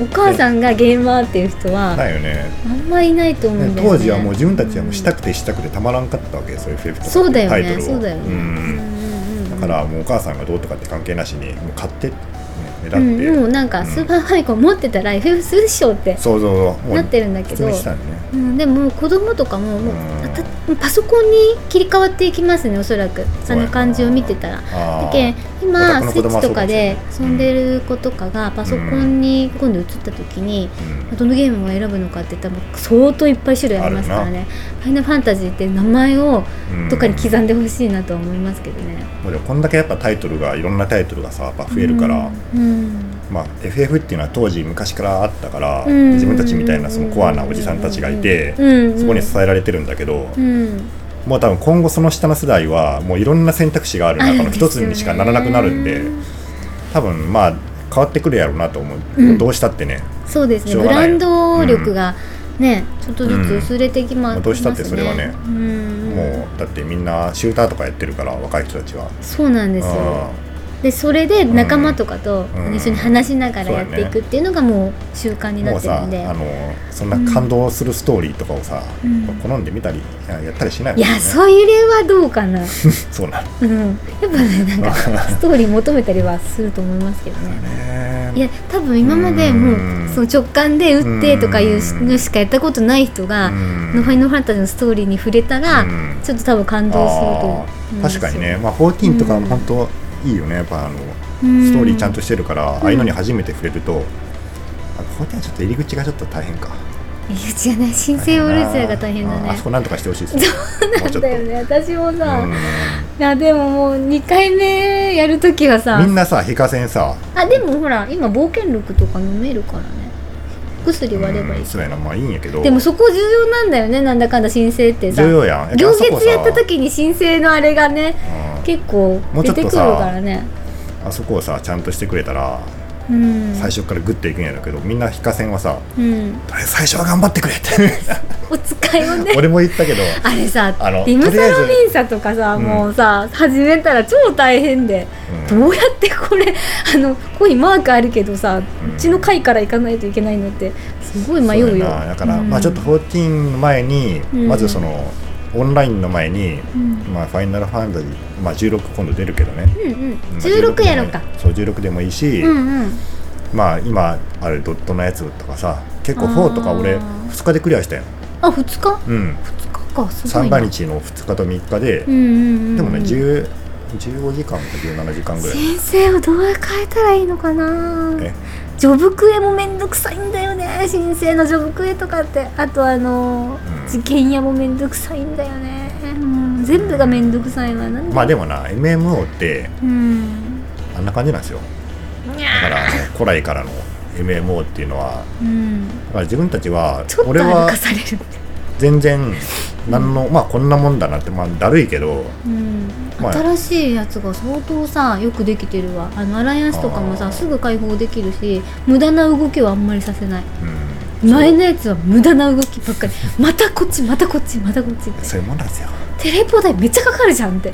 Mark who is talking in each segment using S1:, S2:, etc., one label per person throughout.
S1: お母さんがゲーマーっていう人は
S2: ないよね
S1: あんまりいないと思うんだよね
S2: 当時はもう自分たちはもうしたくてしたくてたまらんかったわけですよ FF とか
S1: そうだよ
S2: タイトル
S1: ね
S2: を
S1: そうだよ
S2: う
S1: ね
S2: ん
S1: だ
S2: だからもうお母さんがどうとかって関係なしにもう買って、ね、ねだ
S1: う
S2: って、
S1: ん、もうなん
S2: う
S1: か
S2: ん
S1: スーパーファイコン持ってたら FF でしょって、
S2: そうそうそうもう
S1: なってるんだけど
S2: 普通にしたんだね
S1: うん、でも子供とかももう
S2: うん
S1: あたパソコンに切り替わっていきますねおそらくその感じを見てたら。
S2: あ
S1: だ
S2: ー
S1: けん今
S2: オタク
S1: スイ
S2: の子供
S1: ッチ
S2: は
S1: と
S2: そうか
S1: か
S2: もしれ
S1: で
S2: ない
S1: 遊んでる子とかがパソコンに今度移った時に
S2: うん
S1: どのゲームを選ぶのかって言ったらもう相当いっぱい種類ありますからね「ファイナルファンタジー」って名前を
S2: うん
S1: どっかに刻んでほしいなとは思いますけどね。
S2: もうでもこんだけやっぱタイトルがいろんなタイトルがさやっぱ増えるから、
S1: うん
S2: まあ、FF っていうのは当時昔からあったから、
S1: うん
S2: 自分たちみたいなそのコアなおじさんたちがいて、
S1: うんうん
S2: そこに支えられてるんだけど、
S1: うん
S2: もう多分今後その下の世代はもういろんな選択肢がある中の一つにしかならなくなるんで多分まあ変わってくるやろうなと思う、
S1: うん
S2: どうしたってね
S1: そうですね
S2: しょう
S1: ブ
S2: が
S1: ラ
S2: ない
S1: ンド力がね、ちょっとずつ薄れてきま
S2: うん
S1: す
S2: どうしたってそれはね
S1: うん
S2: もうだってみんなシューターとかやってるから若い人たちは。
S1: そうなんですよでそれで仲間とかと
S2: うん
S1: 一緒に話しながらやっ
S2: そう
S1: て
S2: だ
S1: い
S2: ね
S1: くっていうのがもう習慣
S2: う
S1: に
S2: んも
S1: な
S2: う
S1: ってる
S2: さあ
S1: んで、
S2: のそんな感動するストーリーとかをさ、
S1: うん
S2: 好んでみたりいややったりしない
S1: い
S2: もんね
S1: やそういう例はどうか な、
S2: そうな
S1: う
S2: の
S1: ん、やっぱねなん かストーリー求めたりはすると思いますけどね
S2: ね
S1: いや多分今までもう
S2: う
S1: んその直感で打ってとかいうのしかやったことない人が「
S2: の
S1: のファイナルファンタジー」のストーリーに触れたら、
S2: うん
S1: ちょっと多分感動すると思うんです
S2: 確
S1: よ
S2: かにね、まあ、14とかも本当いいよね、やっぱあのストーリーちゃんとしてるから、ああいうのに初めて触れると、あ14はちょっと入り口がちょっと大変か。
S1: いや違うね申請をルースが大変だ
S2: ああ
S1: ね
S2: そこなんとかしてほしいですね。も うちょっと
S1: だよね私もさ、
S2: うん
S1: いやでももう2回目やるときはさ
S2: みんなさ、ヒカセンさ、
S1: あでもほら今冒険録とか飲めるからね薬割ればいい
S2: うんそうやな、まあいいんやけど、
S1: でもそこ重要なんだよねなんだかんだ申請ってさ
S2: 重要やん。
S1: 両
S2: っぱあそこ
S1: 月
S2: さ
S1: やった時に申請のあれがね
S2: うん
S1: 結構
S2: もうちょ
S1: 出
S2: っと
S1: て
S2: さ
S1: くるからね
S2: あそこをさ、ちゃんとしてくれたら、
S1: うん
S2: 最初からグッといくんやろうけど、みんなヒカセンはさ、
S1: うん
S2: とりあえず最初は頑張ってく れって、
S1: お使いを ね
S2: 俺も言ったけど、
S1: あれさ
S2: あの
S1: リム
S2: とりあ
S1: サ
S2: えず
S1: ロミンサとかさ、
S2: うん
S1: もうさ始めたら超大変で、
S2: うん
S1: どうやってこれ あのここにマークあるけどさ、うちの会から行かないといけないのってすごい迷
S2: そうう
S1: よ
S2: やなだから、
S1: うん
S2: まあちょっと14の前に、
S1: うん
S2: まずそのオンラインの前に、
S1: うん
S2: まあファイナルファンタジー、まあ16今度出るけどね。
S1: うんうん
S2: まあ
S1: 16
S2: でもいい
S1: やろうか
S2: そう16でもいいし、
S1: うんうん
S2: まあ今あるドットのやつとかさ結構
S1: あー
S2: 4とか俺2日でクリアしたよ、
S1: あ二2日
S2: うん、
S1: 2日かすご
S2: 三
S1: い
S2: が
S1: な
S2: 日の2日と3日で、
S1: うんうんうん
S2: でもね10 15時間か17時間ぐらい
S1: 先生をどう変えたらいいのかな
S2: え
S1: ジョブクエもめんどくさいんだよね申請のジョブクエとかってあとあの
S2: うん
S1: 事件屋もめんどくさいんだよねもう全部がめんどくさいわなんで
S2: まあでもな MMO って
S1: うん
S2: あんな感じなんですよだからあの古来からの MMO っていうのは
S1: うん
S2: だから自分たちは
S1: ちょっと
S2: 俺
S1: 歩
S2: は
S1: かされる
S2: 全然何の、まあこんなもんだなってまあだるいけど
S1: うん
S2: まあ
S1: 新しいやつが相当さよくできてるわあのアライアンスとかも
S2: あ
S1: さ
S2: ー
S1: すぐ解放できるし無駄な動きはあんまりさせない
S2: うん
S1: 前のやつは無駄な動きばっかりまたこっちまたこっちまたこっちって
S2: そういうもんなんですよ
S1: テレポ代めっちゃかかるじゃんって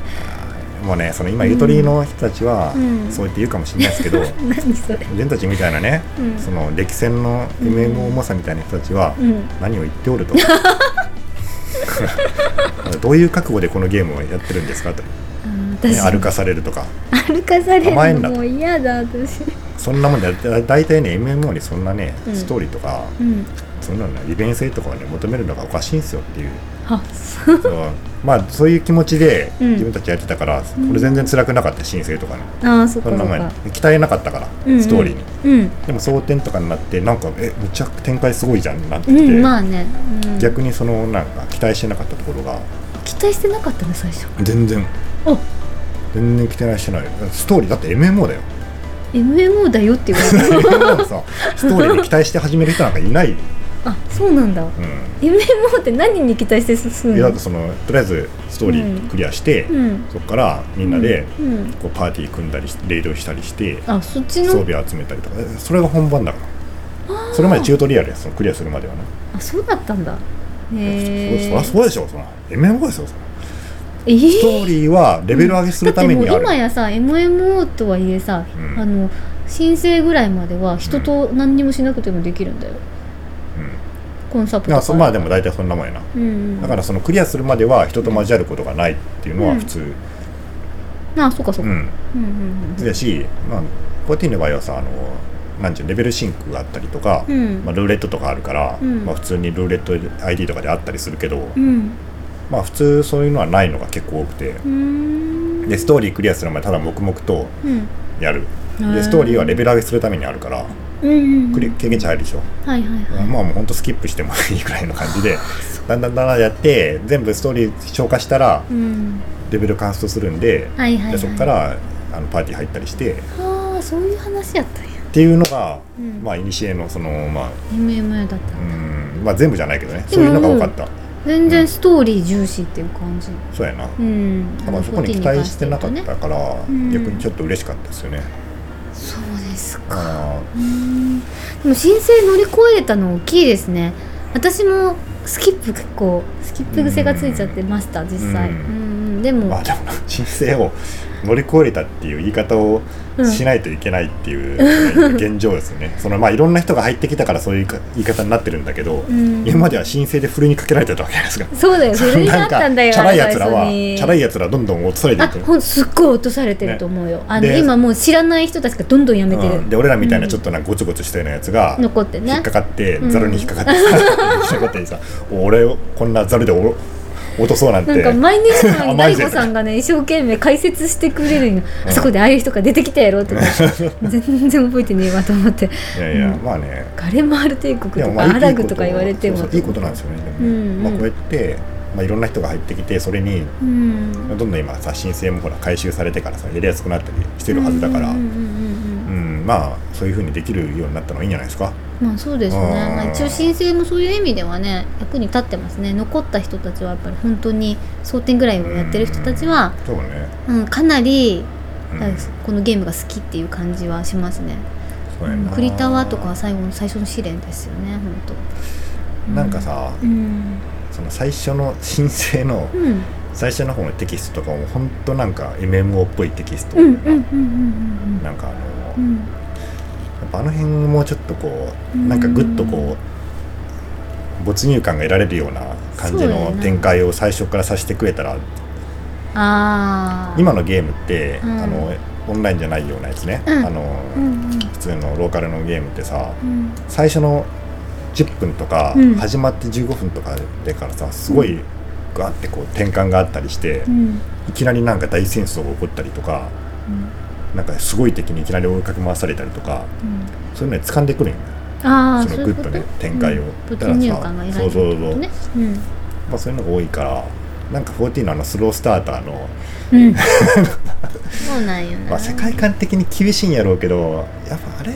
S2: もうねその今ゆとりの人たちは、
S1: うん
S2: そう言って言うかもしれないですけど、
S1: 何それ
S2: 自分たちみたいなね、
S1: うん
S2: その歴戦の
S1: うん
S2: MMO 重さみたいな人たちは、
S1: うん
S2: 何を言っておると どういう覚悟でこのゲームをやってるんですかと、ね、
S1: うん私
S2: 歩かされるとか
S1: 歩かされ
S2: 甘え
S1: る
S2: んな
S1: の
S2: と
S1: もう嫌だ私
S2: そんなもんでだ大体ね MMO にそんなね、
S1: うん
S2: ストーリーとか
S1: うん
S2: そんなのね利便性とかをね求めるのがおかしいんですよっていう
S1: あそう
S2: そうまあそういう気持ちで
S1: うん
S2: 自分たちやってたから、
S1: ん
S2: これ全然辛くなかった申請とかね、
S1: あーそっか
S2: そ
S1: そっ
S2: んな前
S1: か
S2: 鍛えなかったから、
S1: うんうん
S2: ストーリーに
S1: うん
S2: でも争点とかになってなんかえむちゃく展開すごいじゃんなんて
S1: う
S2: きて、
S1: んまあね、うん、
S2: 逆にそのなんか期待してなかったところが
S1: 期待してなかったの最初
S2: 全然
S1: あ
S2: 全然期待してないストーリーだって MMO だよ
S1: MMO だよって言われた
S2: MMO のさストーリーに期待して始める人なんかいない、うん、
S1: あそうなんだ MMO って何に期待して進
S2: い
S1: む
S2: やだっ
S1: の
S2: てそのとりあえずストーリークリアして、
S1: うん
S2: そこからみんなで、
S1: うん
S2: こうパーティー組んだりしレイドしたりして
S1: あそっち
S2: 装
S1: の
S2: 備を集めたりとかえそれが本番だからそれまでチュートリアルやそのクリアするまではね、
S1: あそうだったんだへ
S2: そりゃそうでしょそら MMO ですよそら
S1: えー
S2: ストーリーはレベル上げするために
S1: だ
S2: あ
S1: ってもう今
S2: る、
S1: やさ MMO とはいえさ、
S2: うん
S1: あの申請ぐらいまでは人と何にもしなくてもできるんだよ、コンサート
S2: い
S1: と
S2: や
S1: か
S2: そまあでも大体そんなもんやな、
S1: うんうん
S2: だからそのクリアするまでは人と交わることがないっていうのは普通、
S1: ああそうかそううんか、うん、うん
S2: だし、まあ、14の場合はさあのなんていうのレベルシンクがあったりとか、
S1: うんうん
S2: まあ、ルーレットとかあるから、
S1: うん
S2: まあ、普通にルーレット ID とかであったりするけど、
S1: うん
S2: まあ普通そういうのはないのが結構多くて
S1: うーん
S2: でストーリークリアするまでただ黙々と
S1: うん
S2: やる
S1: へ
S2: で
S1: ー
S2: ストーリーはレベル上げするためにあるから
S1: うんうん
S2: クリ経験値入るでしょ
S1: はいはいはい
S2: まあもうほんとスキップしても いいぐらいの感じでだんだんだんだんやって全部ストーリー消化したら
S1: うん
S2: レベルカンストするんで,、
S1: はいはいはい
S2: でそこからあのパーティー入ったりしてっ
S1: ああそういう話やったんや
S2: ていうのが、
S1: うん
S2: まあいにしえのそのまあ
S1: MMA だった
S2: う
S1: の
S2: んまあ全部じゃないけどねそういうのが多かった、
S1: 全然ストーリー重視っていう感じ
S2: そうやな、
S1: うん
S2: だからそこに期待してなかっ
S1: ね
S2: たから、
S1: ん
S2: 逆にちょっと嬉しかったですよね、
S1: そうですか
S2: あ
S1: うーんでも申請乗り越えれたの大きいですね私もスキップ結構スキップ癖がついちゃってました実際う
S2: うんん
S1: うんで
S2: ー
S1: も
S2: まあでもな人生を乗り越えれたっていう言い方を
S1: うん
S2: しないといけないっていう、現状ですよねそのまあいろんな人が入ってきたからそういう言い言い方になってるんだけど、
S1: ん
S2: 今までは申請でふるいにかけられてたわけじゃないですか
S1: そうだよ それにあ
S2: な
S1: っ
S2: ん
S1: た
S2: か
S1: んだよ
S2: チャラいやつらは
S1: 最初
S2: チ
S1: に
S2: ャラいやつらどんどん落とされて
S1: あ
S2: いく
S1: ほんすっごい落とされてると思うよ、あの
S2: で
S1: 今もう知らない人たちがどんどんやめてる、
S2: うん、で俺らみたいなちょっとなんかごちょごちょしたようなやつが
S1: 残ってね
S2: 引っかかって
S1: ん
S2: ざるに引っかかって さ引っかかってさ俺をこんなざるでおろ落とそうなん
S1: なん
S2: て
S1: か毎日のように
S2: 甘い
S1: 大
S2: ぜ
S1: 悟さんがね一生懸命解説してくれるの、あそこでああいう人が出てきたやろとか全然覚えてねえわと思って
S2: いやいやまあね
S1: ガレマール帝国
S2: でも
S1: と
S2: ま
S1: か
S2: あ
S1: アラグとか言われても
S2: そうそういいことなんですよねでもね
S1: うんうん
S2: まあ、こうやって、まあ、いろんな人が入ってきてそれに
S1: うん
S2: どんどん今さ申請もほら回収されてからさやりやすくなったりしてるはずだから、
S1: う
S2: うん
S1: うんうん
S2: ん
S1: うんうん
S2: まあそういうふうにできるようになったのはいいんじゃないですか
S1: まあそうですね、
S2: うん
S1: まあ、一応申請もそういう意味ではね役に立ってますね残った人たちはやっぱり本当に蒼天ぐらいをやってる人たちは、
S2: そうね、
S1: うん、かなり、
S2: うん、
S1: このゲームが好きっていう感じはしますね
S2: そうやな
S1: クリタワとかは最後の最初の試練ですよね本当
S2: なんかさ、
S1: うん、
S2: その最初の申請の
S1: うん、
S2: 最初の方のテキストとかも本当なんか MMO っぽいテキスト、
S1: うんうんうんうん
S2: なんかあの
S1: うんうんうん
S2: やっぱあの辺もちょっとこう
S1: うん
S2: なんかぐっとこう没入感が得られるような感じ
S1: そうやな
S2: の展開を最初からさせてくれたら
S1: ああ
S2: 今のゲームって、
S1: うん
S2: あのオンラインじゃないようなやつね、
S1: うん
S2: あの
S1: うん
S2: 普通のローカルのゲームってさ
S1: うん
S2: 最初の10分とか、
S1: うん
S2: 始まって15分とかでからさすごいガーってこう転換があったりして。
S1: うん
S2: いきなりなんか大戦争が起こったりとかなんかすごい敵にいきなり追いかけ回されたりとか
S1: うん
S2: そういうのに掴んでくるんよ、
S1: ああ
S2: そ
S1: そう
S2: の
S1: い
S2: グ
S1: う
S2: ッ
S1: こと
S2: とね展開を
S1: うん、没入感が得られるってことねうん
S2: まあ、そういうのが多いからなんか14のあのスロースターターの、
S1: うん、そうなんよな、
S2: まあ、世界観的に厳しいんやろうけどやっぱあれ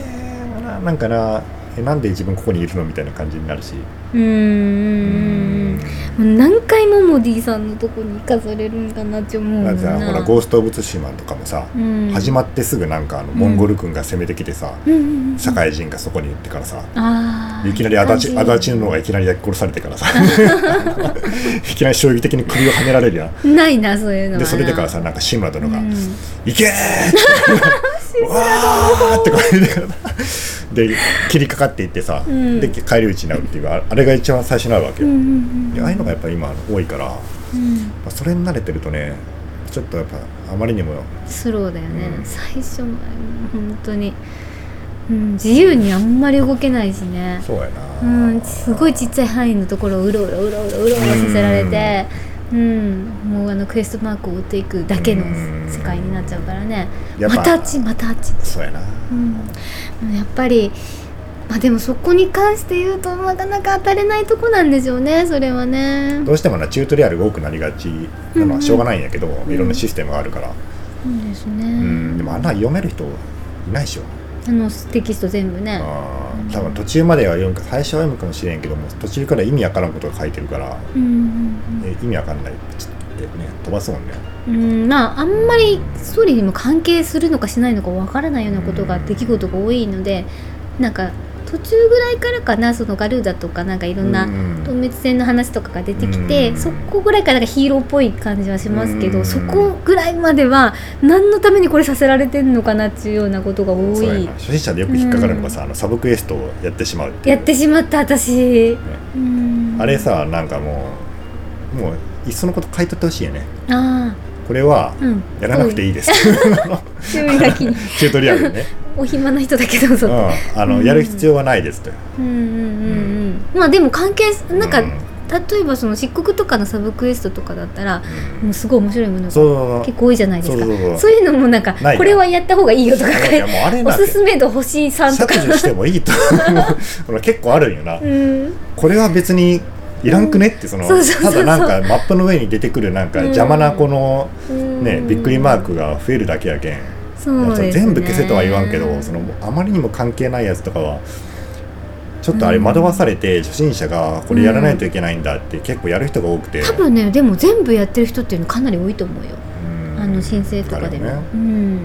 S2: はななんかなえなんで自分ここにいるのみたいな感じになるし
S1: うーんもう何回もモディさんのとこに行かされるんかなって思う
S2: だ
S1: よ
S2: って
S1: な
S2: さほら「ゴースト・オブ・ツシマ」とかもさ、
S1: うん、
S2: 始まってすぐなんかあのモンゴル軍が攻めてきてさ、
S1: うんうんうん
S2: 社会人がそこに行ってからさ
S1: ああ
S2: いきなり足立足立の方がいきなり焼き殺され てからさいきなり衝撃的に首をはねられるやん
S1: ないなそういうのは
S2: で
S1: な
S2: それでからさなんか志村殿が
S1: うん
S2: 「いけー!」 って「わー!」ってこう言ってからで切りかかっていってさ、
S1: ん
S2: で返り討ちになるっていうああれが一番最初になるわけ
S1: う
S2: よ、
S1: ん
S2: でああいうのがやっぱ今多いから、ま
S1: うんうん
S2: あ、それに慣れてるとねちょっとやっぱあまりにも
S1: スローだよね、
S2: うん
S1: 最初の本当に、うん、自由にあんまり動けないしね
S2: そうやな、
S1: うん、すごいちっちゃい範囲のところをうろうろうろうろうろうろさせられて、うん、もうあのクエストマークを追っていくだけの
S2: うん
S1: 世界になっちゃうからね
S2: やっぱ
S1: またあっちまたあっち、
S2: そうやな
S1: うん、やっぱりまあでもそこに関して言うとなかなか当たれないとこなんですよねそれはね
S2: どうしてもなチュートリアルが多くなりがちなのはしょうがないんやけど、いろんなシステムがあるから、
S1: そうですね、
S2: うん、でもあんな読める人いないでしょ、
S1: あのテキスト全部ね
S2: あー多分途中までは読むか最初は読むかもしれんけども途中から意味わからんことが書いてるから、
S1: うんうん
S2: え意味わかんないって言ってね飛ばすもんね
S1: うん、うん、まああんまりストーリーにも関係するのかしないのかわからないようなことが出来事が多いのでなんか途途中ぐらいからかなそのガルーダとかなんかいろんな
S2: うん
S1: 東滅戦の話とかが出てきて、
S2: うん
S1: そこぐらいからなんかヒーローっぽい感じはしますけど、
S2: うん
S1: そこぐらいまでは何のためにこれさせられてんのかなっていうようなことが多
S2: そうや
S1: い
S2: な初心者でよく引っかかるのがさ、あのサブクエストをやってしまうってい
S1: や
S2: う
S1: ってしまった私、うん
S2: あれさなんかもうもういっそのこと買い取ってほしいよね
S1: あ
S2: これは
S1: ーうん
S2: やらなくていいですあの
S1: 注意書きに
S2: チュートリアルでね、
S1: お暇な人だけどう
S2: う
S1: ぞと
S2: ん、あの、
S1: うん
S2: やる必要はないですと
S1: うんうんうんうんまあでも関係なんか、
S2: う
S1: 例えばその漆黒とかのサブクエストとかだったら
S2: うん
S1: もうすごい面白いものが
S2: そう
S1: 結構多いじゃないですか
S2: そうそうそう
S1: そういうのもなんか
S2: ないな
S1: これはやった方がいいよとか
S2: いやもうあれ
S1: お
S2: なん
S1: す
S2: て
S1: すめ度星3とか
S2: 削除してもいいとほら結構あるんよな、
S1: うん
S2: これは別にいらんくねってその、
S1: そうそうそうそう
S2: ただなんかマップの上に出てくるなんか邪魔なこの、
S1: うん
S2: ねびっくりマークが増えるだけやけん、
S1: そう
S2: その
S1: ですね
S2: 全部消せとは言わんけどそのあまりにも関係ないやつとかはちょっとあれ惑わされて初心者がこれやらないといけないんだって結構やる人が多くて、
S1: 多分ねでも全部やってる人っていうのかなり多いと思うよ
S2: うん
S1: あの申請とかでも
S2: だらね
S1: うん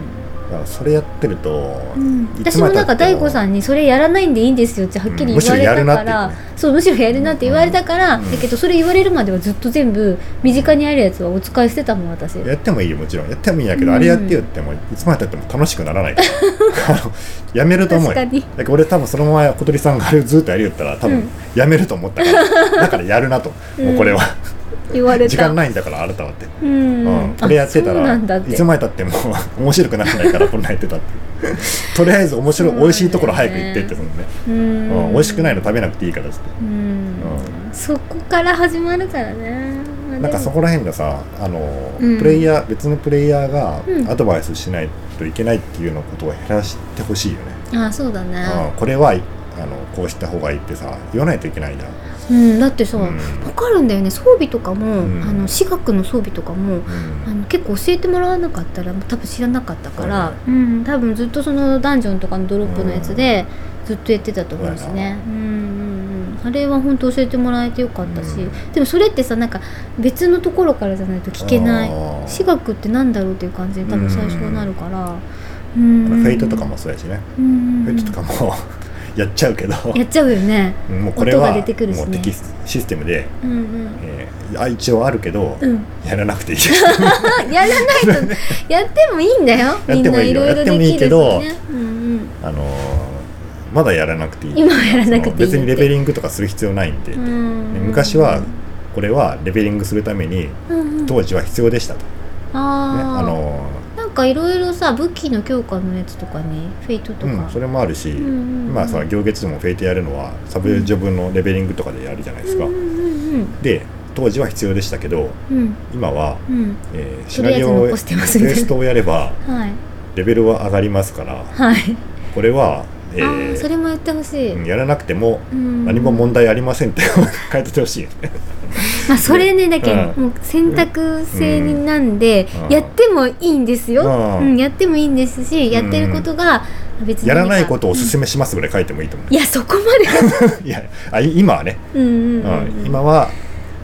S2: だからそれやってると、
S1: うん
S2: いつ
S1: 私
S2: ま
S1: も
S2: で
S1: なん
S2: た
S1: か
S2: って
S1: 大
S2: も
S1: 悟さんに「それやらないんでいいんですよ」ってはっきり言われたから、
S2: うんむしろやるなって
S1: そうむしろやるなって言われたから、
S2: うん
S1: だけどそれ言われるまではずっと全部身近にあるやつはお使いしてたもん私
S2: やってもいいよもちろんやってもいいんやけど、
S1: うん
S2: あれやってよってもいつまでたっても楽しくならないから あのやめると思うよ
S1: 確かに
S2: だから俺多分その前小鳥さんがあれずっとやるよったら多
S1: うん
S2: 分やめると思ったから、だからやるなと、もうこれは
S1: 言われた
S2: 時間ないんだからあなたはって、
S1: うん、
S2: うん、これやってた
S1: あそう
S2: ら
S1: なんだって
S2: いつまでたっても 面白くならないからこんなんやってたって
S1: そうなんだよね
S2: とりあえず面白い、美味しいところ早く行ってってそのね、
S1: う、
S2: うんん、美味しくないの食べなくていいからっつって、
S1: うん
S2: う
S1: そこから始まるからね、まあ
S2: なんかそ
S1: でも
S2: こら辺がさあの、
S1: うん
S2: プレイヤー別のプレイヤーが
S1: うん
S2: アドバイスしないといけないっていうのことを減らしてほしいよね、
S1: ああそうだね
S2: うんこれはあのこうした方がいいってさ言わないといけないんだ、
S1: うんだってさ、
S2: う
S1: わ
S2: ん
S1: かるんだよね装備とかも、
S2: うん
S1: あの私学の装備とかも、
S2: うん
S1: あの結構教えてもらわなかったら多分知らなかったから、うん、多分ずっとそのダンジョンとかのドロップのやつでずっとやってたと思うしね、うんうんうん、あれは本当教えてもらえてよかったし、
S2: うん
S1: でもそれってさなんか別のところからじゃないと聞けない
S2: あー
S1: 私学ってなんだろうっていう感じに多分最初はなるから、うん
S2: あのフェイトとかもそうやしね、
S1: うん
S2: フェイトとかも やっちゃうけど
S1: やっちゃうよね、
S2: うんもうこれは
S1: 音が出てくるしね
S2: もうテキスシステムで、
S1: うんうん
S2: えーあ一応あるけど、
S1: うん、
S2: やら なくていい
S1: あやらないと やってもいいんだよみんないろいろできるしね
S2: やってもいいよや
S1: うんうん
S2: あのーまだやらなくていい
S1: 今はやらなくていい
S2: その別にレベリングとかする必要ないんで、
S1: うん
S2: ね昔はこれはレベリングするために
S1: うんうん
S2: 当時は必要でしたと、ね、
S1: あー
S2: あの
S1: なんかいろいろさ武器の強化のやつとかにフェイトと
S2: う
S1: か、
S2: ん、それもあるし、
S1: うんうんうん
S2: まあさ行月でもフェイトやるのはサブジョブのレベリングとかでやるじゃないですか、
S1: うんうん
S2: で当時は必要でしたけど
S1: うんうん
S2: 今は、
S1: うん
S2: えーシ
S1: とりあえ
S2: ナリ
S1: ず
S2: オをク
S1: 残してますみたいな
S2: エストをやれば
S1: はい
S2: レベルは上がりますから
S1: はい、
S2: これは、え
S1: あ
S2: ー
S1: ーそれもやってほしい、
S2: うんやらなくても
S1: うん
S2: 何も問題ありませんって 書いててほしいよね
S1: まあそれねだけ、
S2: うん
S1: もう選択制になんで、
S2: うん
S1: やってもいいんですよ、
S2: うん
S1: うんやってもいいんですしやってることが別に
S2: やらないことをおす
S1: す
S2: すめしますぐらい書いてもいいと思う
S1: いやそこまでは
S2: いやあい今はね、
S1: うんうん、
S2: う
S1: うん
S2: ん、今は、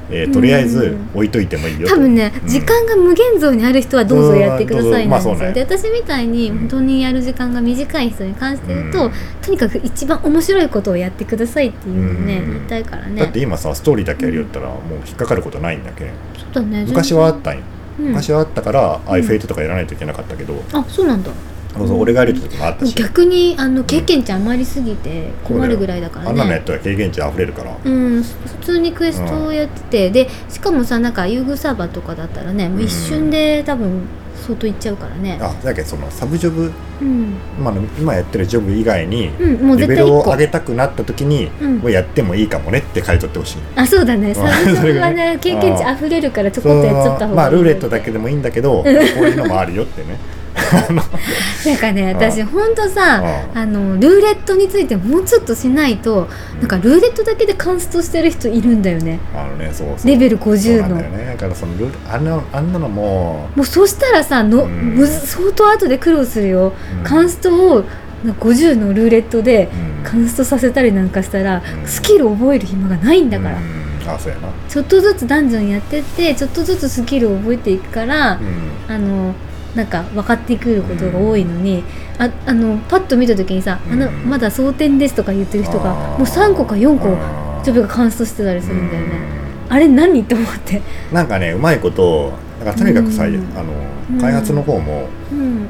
S2: えーとりあえず置いといてもいいよと
S1: 多分ね、
S2: うん
S1: 時間が無限像にある人はどうぞやってくださいなんですよ、
S2: うんまあそうね
S1: で私みたいに
S2: うん
S1: 本当にやる時間が短い人に関して言うと、
S2: うん
S1: とにかく一番面白いことをやってくださいっていうのをね、
S2: うん
S1: 言いたいからね
S2: だって今さストーリーだけやるよったらもう引っかかることないんだけん
S1: そうだね
S2: 昔はあったんよ、
S1: 全然うん
S2: 昔はあったから、ああいう
S1: うん
S2: フェイトとかやらないといけなかったけど、
S1: あそうなんだ
S2: そうそう俺がやる時もあったし、
S1: 逆にあの経験値余りすぎて困るぐらいだから
S2: あんなのやっ
S1: ね
S2: たら経験値あふれるから、
S1: うん、普通にクエストをやってて、でしかもさなんか遊具サーバーとかだったらねもう一瞬で多分相当いっちゃうからね、
S2: あだけどそのサブジョブ
S1: うん、
S2: 今の今やってるジョブ以外に、
S1: うんもう
S2: レ
S1: 絶
S2: ベ
S1: 対
S2: ルを
S1: 1個
S2: 上げたくなった時に、
S1: うん
S2: もうやってもいいかもねって書いとってほしい
S1: あそうだねサブジョブはね
S2: それ
S1: 経
S2: が
S1: 験
S2: ね
S1: 値あふれるからちょこっとやっちゃった方がいい
S2: そのまあルーレットだけでもいいんだけどこういうのもあるよってねあの
S1: なんかね私ほんとさ
S2: う
S1: あのルーレットについてもうちょっとしないとなんかルーレットだけでカンストしてる人いるんだよね
S2: んあのねそうそう
S1: レベル
S2: そうな
S1: 50
S2: ん
S1: の
S2: だよねだからそのルールあんなあんなのも
S1: もうそしたらさの、
S2: うん
S1: むず相当後で苦労するよ、
S2: うん
S1: カンストを50のルーレットで
S2: うん
S1: カンストさせたりなんかしたら、
S2: うん
S1: スキル覚える暇がないんだから、
S2: うんあそうやな
S1: ちょっとずつダンジョンやってってちょっとずつスキルを覚えていくから、
S2: うん
S1: あのなんか分かってくることが多いのに、ああのパッと見た時にさ「あの
S2: うん
S1: まだ蒼天です」とか言ってる人が
S2: あ
S1: も
S2: ー
S1: う3個か4個
S2: あー
S1: ちょっとカンストしてたりするんだよ
S2: う
S1: ね。あれ何と思って。
S2: んなんかねうまいことなんかとにかくさ、
S1: うんう
S2: あ
S1: ん
S2: の開発の方も
S1: うん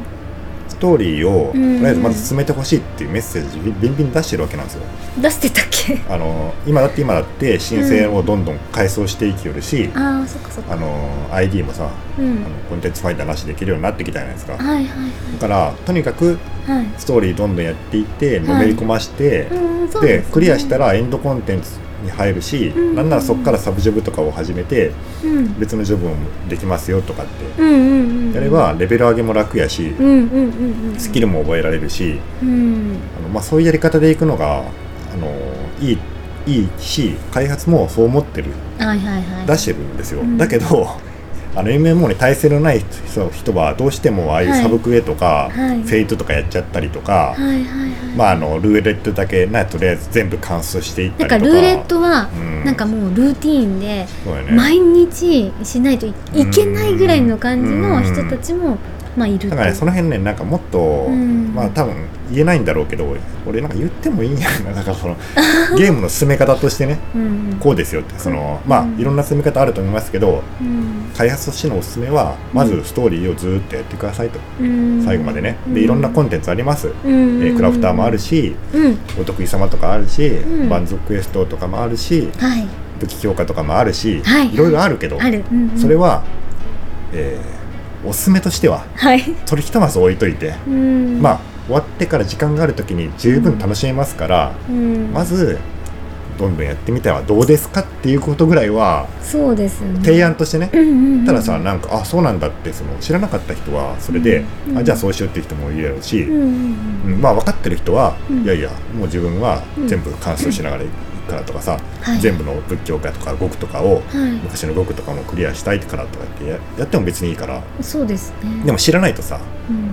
S2: ストーリーを
S1: う
S2: と
S1: ん
S2: りあえずまず進めてほしいっていうメッセージビンビン出してるわけなんですよ
S1: 出してたっけ
S2: あの今だって今だって申請をどんどん改装していきよるし、
S1: ああそっかそっか
S2: あの ID もさ
S1: う
S2: あ
S1: ん
S2: のコンテンツファインダーなしでできるようになってきたじゃないですかだ
S1: はいはい
S2: からとにかく
S1: はいはい
S2: ストーリーどんどんやっていって
S1: い
S2: のめり込まして、
S1: うんそう
S2: で
S1: ね
S2: クリアしたらエンドコンテンツに入るし、
S1: ん
S2: なんならそこからサブジョブとかを始めて
S1: うんうん
S2: 別のジョブもできますよとかって
S1: うんうん
S2: やればレベル上げも楽やし、
S1: うんうんうんうん
S2: スキルも覚えられるし
S1: うん
S2: あの、まあ、そういうやり方でいくのがあのいいいいし開発もそう思ってる
S1: はいはいはい
S2: 出してるんですよ、
S1: うん
S2: だけど あの MMO に耐性のない人人はどうしてもああいう
S1: はい
S2: サブクエとか、
S1: はい
S2: フェイトとかやっちゃったりとか、
S1: はいはいはい
S2: まああのルーレットだけなとりあえず全部完走していっ
S1: な
S2: た
S1: ん
S2: りとか
S1: かルーレットは
S2: うん
S1: なんかもうルーティーンで
S2: そうだよね
S1: 毎日しないといいけないぐらいの感じの人たちもまあいる
S2: だからねその辺ねなんかもっと、
S1: ん
S2: まあ多分言えないんだろうけど俺なんか言ってもいいんやななん かそのゲームの進め方としてね
S1: うんうん
S2: こうですよってそのまあ、
S1: うん
S2: いろんな進め方あると思いますけど
S1: うん
S2: 開発としてのおすすめはまずストーリーをずーっとやってくださいと、
S1: うん
S2: 最後までね
S1: う
S2: でいろんなコンテンツありま
S1: う
S2: す、
S1: ん
S2: えークラフターもあるし
S1: うん
S2: お得意様とかあるし、
S1: ん
S2: 蛮族クエストとかもあるし
S1: はい
S2: 武器強化とかもあるし、
S1: はい
S2: ろいろあるけど
S1: あるうんうん
S2: それは、えーおすすめとしては
S1: はい
S2: それひとまず置いといて、
S1: うん
S2: まあ終わってから時間がある時に十分楽しめますから、
S1: うん
S2: まずどんどんやってみてはどうですかっていうことぐらいは
S1: そうですよね
S2: 提案としてね、
S1: うんうんうん
S2: たださなんかあそうなんだってその知らなかった人はそれで、
S1: うん
S2: あじゃあそうしようっていう人もいるやろうし、
S1: うんうんうん
S2: うんまあ分かってる人は、
S1: うん
S2: いやいやもう自分は
S1: うん
S2: 全部完走しながら行くからとかさ、
S1: はい
S2: 全部の仏教家とか語句とかを、
S1: は
S2: 昔の語句とかもクリアしたいからとかってややっても別にいいから
S1: いそうですね
S2: でも知らないとさ
S1: うん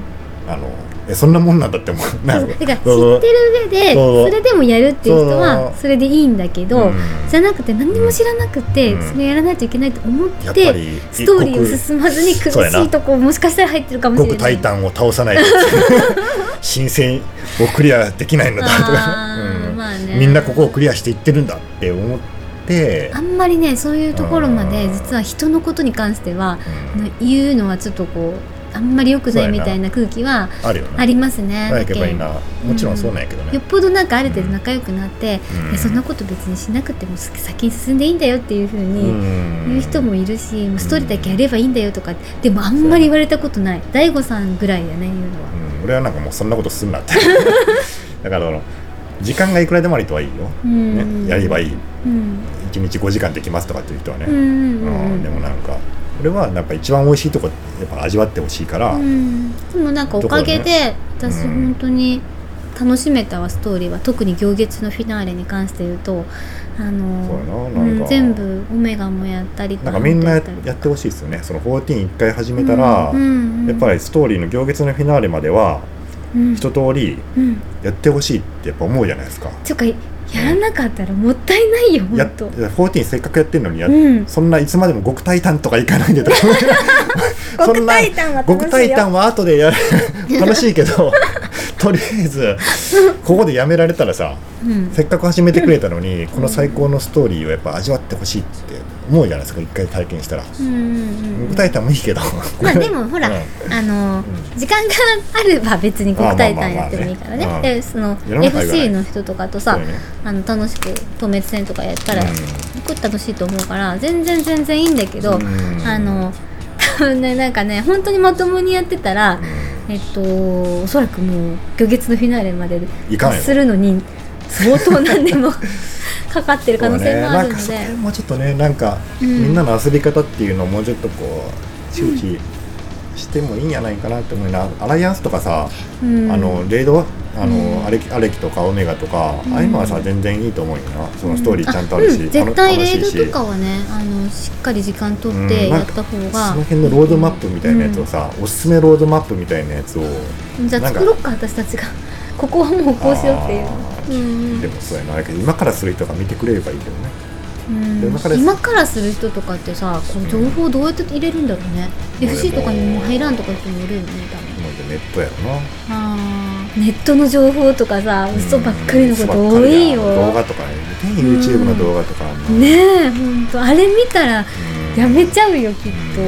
S2: あのえそんなもんなんだって思うな
S1: そ
S2: ん
S1: うだ
S2: か
S1: から知
S2: そう
S1: ってる上で
S2: そう
S1: それでもやるっていう人は
S2: そう
S1: それでいいんだけ
S2: う
S1: ど
S2: ん
S1: じゃなくて何にも知らなくて
S2: うん
S1: それやらないといけないと思っ
S2: やっぱ
S1: て
S2: り
S1: ストーリーを
S2: 一
S1: 進まずに苦し
S2: そうやない
S1: とこもしかしたら入ってるかもし
S2: 国
S1: れ
S2: 国
S1: な
S2: 大
S1: い。
S2: 胆を倒さ ないと神聖をクリアできないのだとか
S1: あ、ー
S2: うん
S1: まあね
S2: みんなここをクリアしていってるんだって思って
S1: あんまりねそういうところまで
S2: うん
S1: 実は人のことに関しては
S2: うん
S1: 言うのはちょっとこうあんまり良くないみたいな空気は
S2: あるよね。
S1: ありますね。
S2: 早ければいい
S1: だ
S2: なもちろんそうなんやけど
S1: けどよ
S2: ね
S1: っ、ぽどなんかある程度仲良くなって、
S2: うん
S1: いやそんなこと別にしなくても先に進んでいいんだよっていうふう
S2: う
S1: に
S2: ん
S1: 言う人もいるし、もうストーリーだけやればいいんだよとかでもあんまり言われたことない大悟さんぐらいだね言うのは
S2: うん俺はなんかもうそんなことすんなって だからあの時間がいくらでもありとはいいよ、
S1: うん
S2: ね、やればい
S1: い
S2: い
S1: うん
S2: 1日5時間できますとかっていう人はね、
S1: うんうんうん
S2: うんでもなんか俺はなんか一番美味しいとこやっぱ味わってほしいから、
S1: うんでもなんかおかげで、私
S2: うん
S1: 本当に楽しめたわストーリーは特に行月のフィナーレに関して言うとあ
S2: そう
S1: の
S2: やななんか
S1: うん全部オメガもやったりと
S2: なんかみんな
S1: ハ
S2: や
S1: ンター
S2: や
S1: っ
S2: ってほしいですよねその141回始めたら、
S1: うんうんうん
S2: やっぱりストーリーの行月のフィナーレまでは
S1: たりうん
S2: 一通り
S1: うん
S2: やってほしいってやっぱ思うじゃないですか、
S1: ちょっとかやらなかったらもったいないよ
S2: や
S1: 本当
S2: 14せっかくやってるのにやっ
S1: うん
S2: そんないつまでも極大胆とかいかないでとか そんな
S1: タンは
S2: 極大胆は後でやる 楽しいけど とりあえずここでやめられたらさ
S1: うん
S2: せっかく始めてくれたのにこの最高のストーリーをやっぱ味わってほしいって思うじゃないですか一回体験したら
S1: うんうんうん
S2: 極大胆もいいけど
S1: まあでもほら、
S2: うん
S1: あの
S2: う
S1: 時間があれば別に国体館やってもいいからね,、
S2: まあまあまあね
S1: でその
S2: 世の中が
S1: FC の人とかとさ、
S2: そうよね
S1: あの楽しく東滅戦とかやったら
S2: うん
S1: すごく楽しいと思うから全然全然いいんだけど、
S2: うん
S1: あの多分ねなんかね本当にまともにやってたら、えっとおそらくもう魚月のフィナーレまで
S2: いかんよ
S1: するのに相当何年も かかってる可能性もあるの
S2: そうねなんかそれ
S1: で。
S2: もちょっとねなんか、
S1: うん
S2: みんなの遊び方っていうのをもうちょっとこう周知してもいいんじゃないかなって思うな、アライアンスとかさ、
S1: うん
S2: あのレイドあの、
S1: うん
S2: アレキアレキとかオメガとか、
S1: うん
S2: ああいうのはさ全然いいと思うよなそのストーリーちゃんとあるし、
S1: うん絶対
S2: 楽
S1: レ
S2: し
S1: ー
S2: いし
S1: ルとかはねあのしっかり時間取って
S2: うんな
S1: や
S2: ん
S1: っ
S2: か
S1: た方
S2: そ
S1: が、
S2: の辺のロードマップみたいなやつをさ、おすすめロードマップみたいなやつを、
S1: じゃあ
S2: なんか
S1: 作ろっか私たちが ここはもうこうしようっていう
S2: あー
S1: うん
S2: でもそうやなだけど今からする人が見てくれればいいけどね
S1: うん
S2: でも今から
S1: 今からする人とかってさこう情報どうやって入れるんだろうね、
S2: うん
S1: FC とかにも入らんとかいう人もいるよね多分
S2: もうネットやろな
S1: あネットの情報とかさ嘘ばっかりのこと多いよ
S2: 動画とかね YouTube の動画とかも
S1: ねえほんとあれ見たら
S2: うん
S1: やめちゃうよきっと
S2: う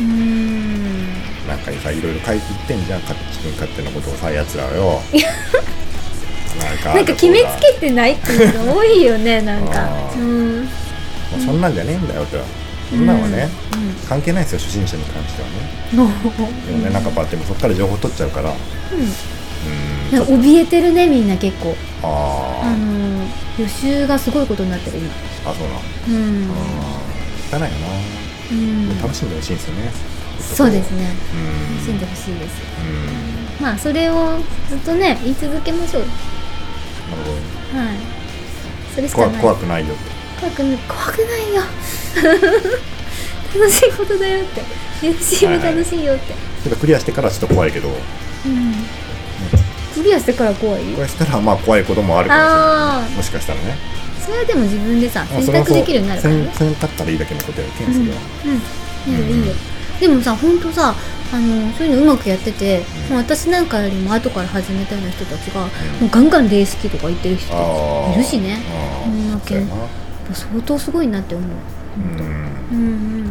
S1: うん
S2: なんかさいろいろ書いていってんじゃんか自分勝手なことをさやつらよなん か
S1: なんか決めつけてないっていうの多いよ ねなんか
S2: あ
S1: う
S2: ー
S1: んう ん
S2: もうそんなんじゃねえんだよってそんなんはね、関係ないですよ初心者に関してはね
S1: もう
S2: でもねなんかばってもそっから情報取っちゃうからう
S1: うんな
S2: ー
S1: んんか怯えてるねみんな結構あ
S2: あ
S1: のー予習がすごいことになってる今
S2: ーあそうなん
S1: うん
S2: あー汚いよな
S1: うん
S2: もう楽しんでほしいんですよね
S1: そうですね
S2: うん
S1: 楽しんでほしいです
S2: うん
S1: まあそれをずっとね言い続けましょう
S2: なるほどね
S1: はいそれしか
S2: 怖
S1: ない
S2: 怖くないよって
S1: 怖くない怖くないよ 楽しいことだよって YouTube 楽しいよって、
S2: ちょっとクリアしてからちょっと怖いけど
S1: うんクリアしてから怖い
S2: クリアしたらまあ怖いこともあるかもしれ
S1: あ
S2: ないもしかしたらね
S1: あそれはでも自分でさ
S2: まあ
S1: 選
S2: それは
S1: 択
S2: そう
S1: できるようになるからね
S2: せん選択ったらいいだけのことやけんすけ
S1: う
S2: ど
S1: んいいよ
S2: うん
S1: いいよでもさほんとさあのそういうのうまくやってて、
S2: うん
S1: もう私なんかよりも後から始めたような人たちが、もうガンガンレース機とか行ってる人た
S2: あ
S1: ち
S2: あ
S1: いるしね
S2: あ
S1: うん
S2: ーそうやな
S1: 相当すごいなって思う
S2: うん
S1: うんうん